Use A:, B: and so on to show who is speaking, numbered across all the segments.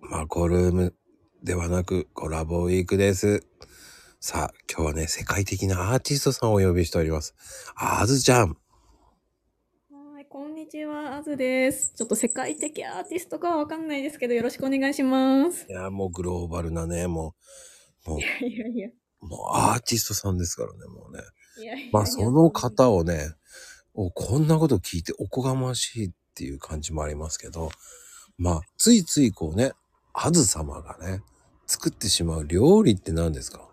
A: マコルームではなくコラボウィークです。さあ、今日はね、世界的なアーティストさんをお呼びしております。あずちゃん。
B: はい、こんにちは、あずです。ちょっと世界的アーティストかはわかんないですけど、よろしくお願いします。
A: いや、もうグローバルなね、もう、もう
B: い、やいやいや。
A: もうアーティストさんですからね、もうね。
B: いやいや
A: まあ、その。方をね、おこんなこと聞いておこがましいっていう感じもありますけど、まあ、ついついこうね、あず様がね、作ってしまう料理って何ですか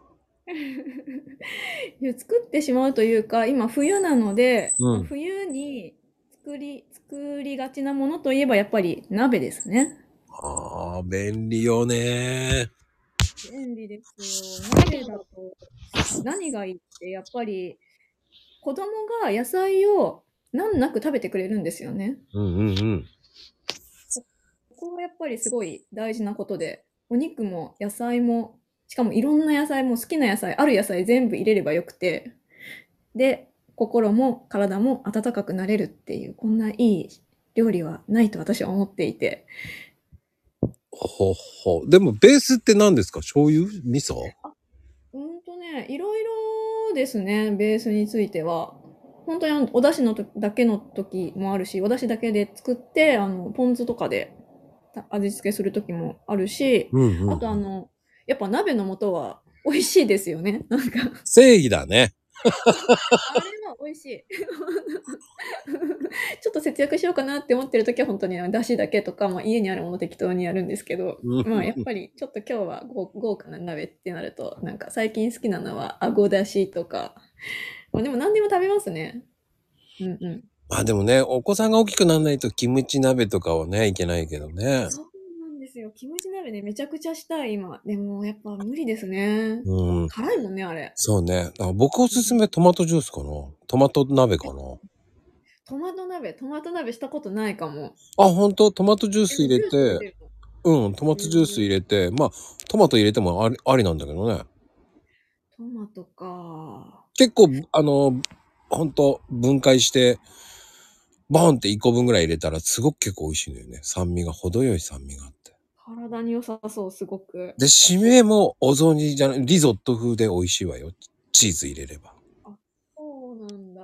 B: いや作ってしまうというか、今冬なので、
A: うん
B: まあ冬に作り、作りがちなものといえばやっぱり鍋ですね。
A: ああ、便利よね。
B: 便利ですよ。鍋だと何がいいって、やっぱり子供が野菜を難なく食べてくれるんですよね。
A: うんうんうん。
B: ここがやっぱりすごい大事なことで、お肉も野菜も、しかもいろんな野菜も好きな野菜、ある野菜全部入れればよくて、で、心も体も温かくなれるっていう、こんないい料理はないと私は思っていて。
A: ほほ。でも、ベースって何ですか醤油味噌
B: うんとね、いろいろですね、ベースについては。本当にあのお出汁のとだけの時もあるし、お出汁だけで作って、あの、ポン酢とかでた味付けする時もあるし、
A: うん
B: あとあの、やっぱ鍋の素は美味しいですよね。なんか、
A: 正義だね。
B: あれは美味しい。 ちょっと節約しようかなって思ってる時は本当にだしだけとか、まあ、家にあるもの適当にやるんですけど、
A: うん
B: まあやっぱりちょっと今日は豪豪華な鍋ってなると、なんか最近好きなのはあごだしとか、まあでも何でも食べますね。うんうん。
A: まあでもね、お子さんが大きくならないとキムチ鍋とかはね、いけないけどね。
B: そうなんですよ。キムチ鍋ね、めちゃくちゃしたい今。でもやっぱ無理ですね。
A: うん。
B: 辛いもんね、あれ。
A: そうね。あ僕おすすめトマトジュースかな。トマト鍋かな。
B: トマト鍋、トマト鍋したことないかも。
A: あ、本当トマトジュース入れ
B: ジュース入
A: て、
B: るの
A: うん、トマトジュース入れて、まあ、トマト入れてもありありなんだけどね。
B: トマトか。
A: 結構、あの、ほんと、分解して、バーンって1個分ぐらい入れたら、すごく結構美味しいのよね。酸味が、程よい酸味があって。
B: 体に良さそう、すごく。
A: で、締めもお雑煮じゃない、リゾット風で美味しいわよ。チーズ入れれば。
B: そうなんだ。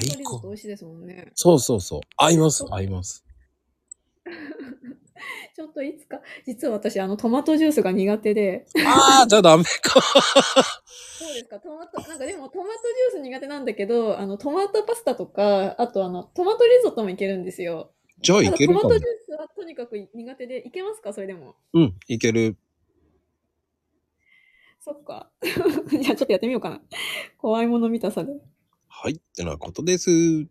A: 最高
B: トマトリゾット美味しいですもんね。
A: そうそうそう。合います、合います。
B: ちょっといつか、実は私、あの、トマトジュースが苦手で。
A: ああ、じゃあダメか。
B: そうですか、トマト、なんかでもトマトジュース苦手なんだけど、あの、トマトパスタとか、あとあの、トマトリゾットもいけるんですよ。
A: じゃあいける
B: ただ
A: か
B: ト
A: も
B: マトジ。ュースはとにかく苦手で、いけますか、それでも。
A: うん、いける。
B: そっか。 じゃあちょっとやってみようかな。怖いもの見たさで。
A: はい、ってなことです。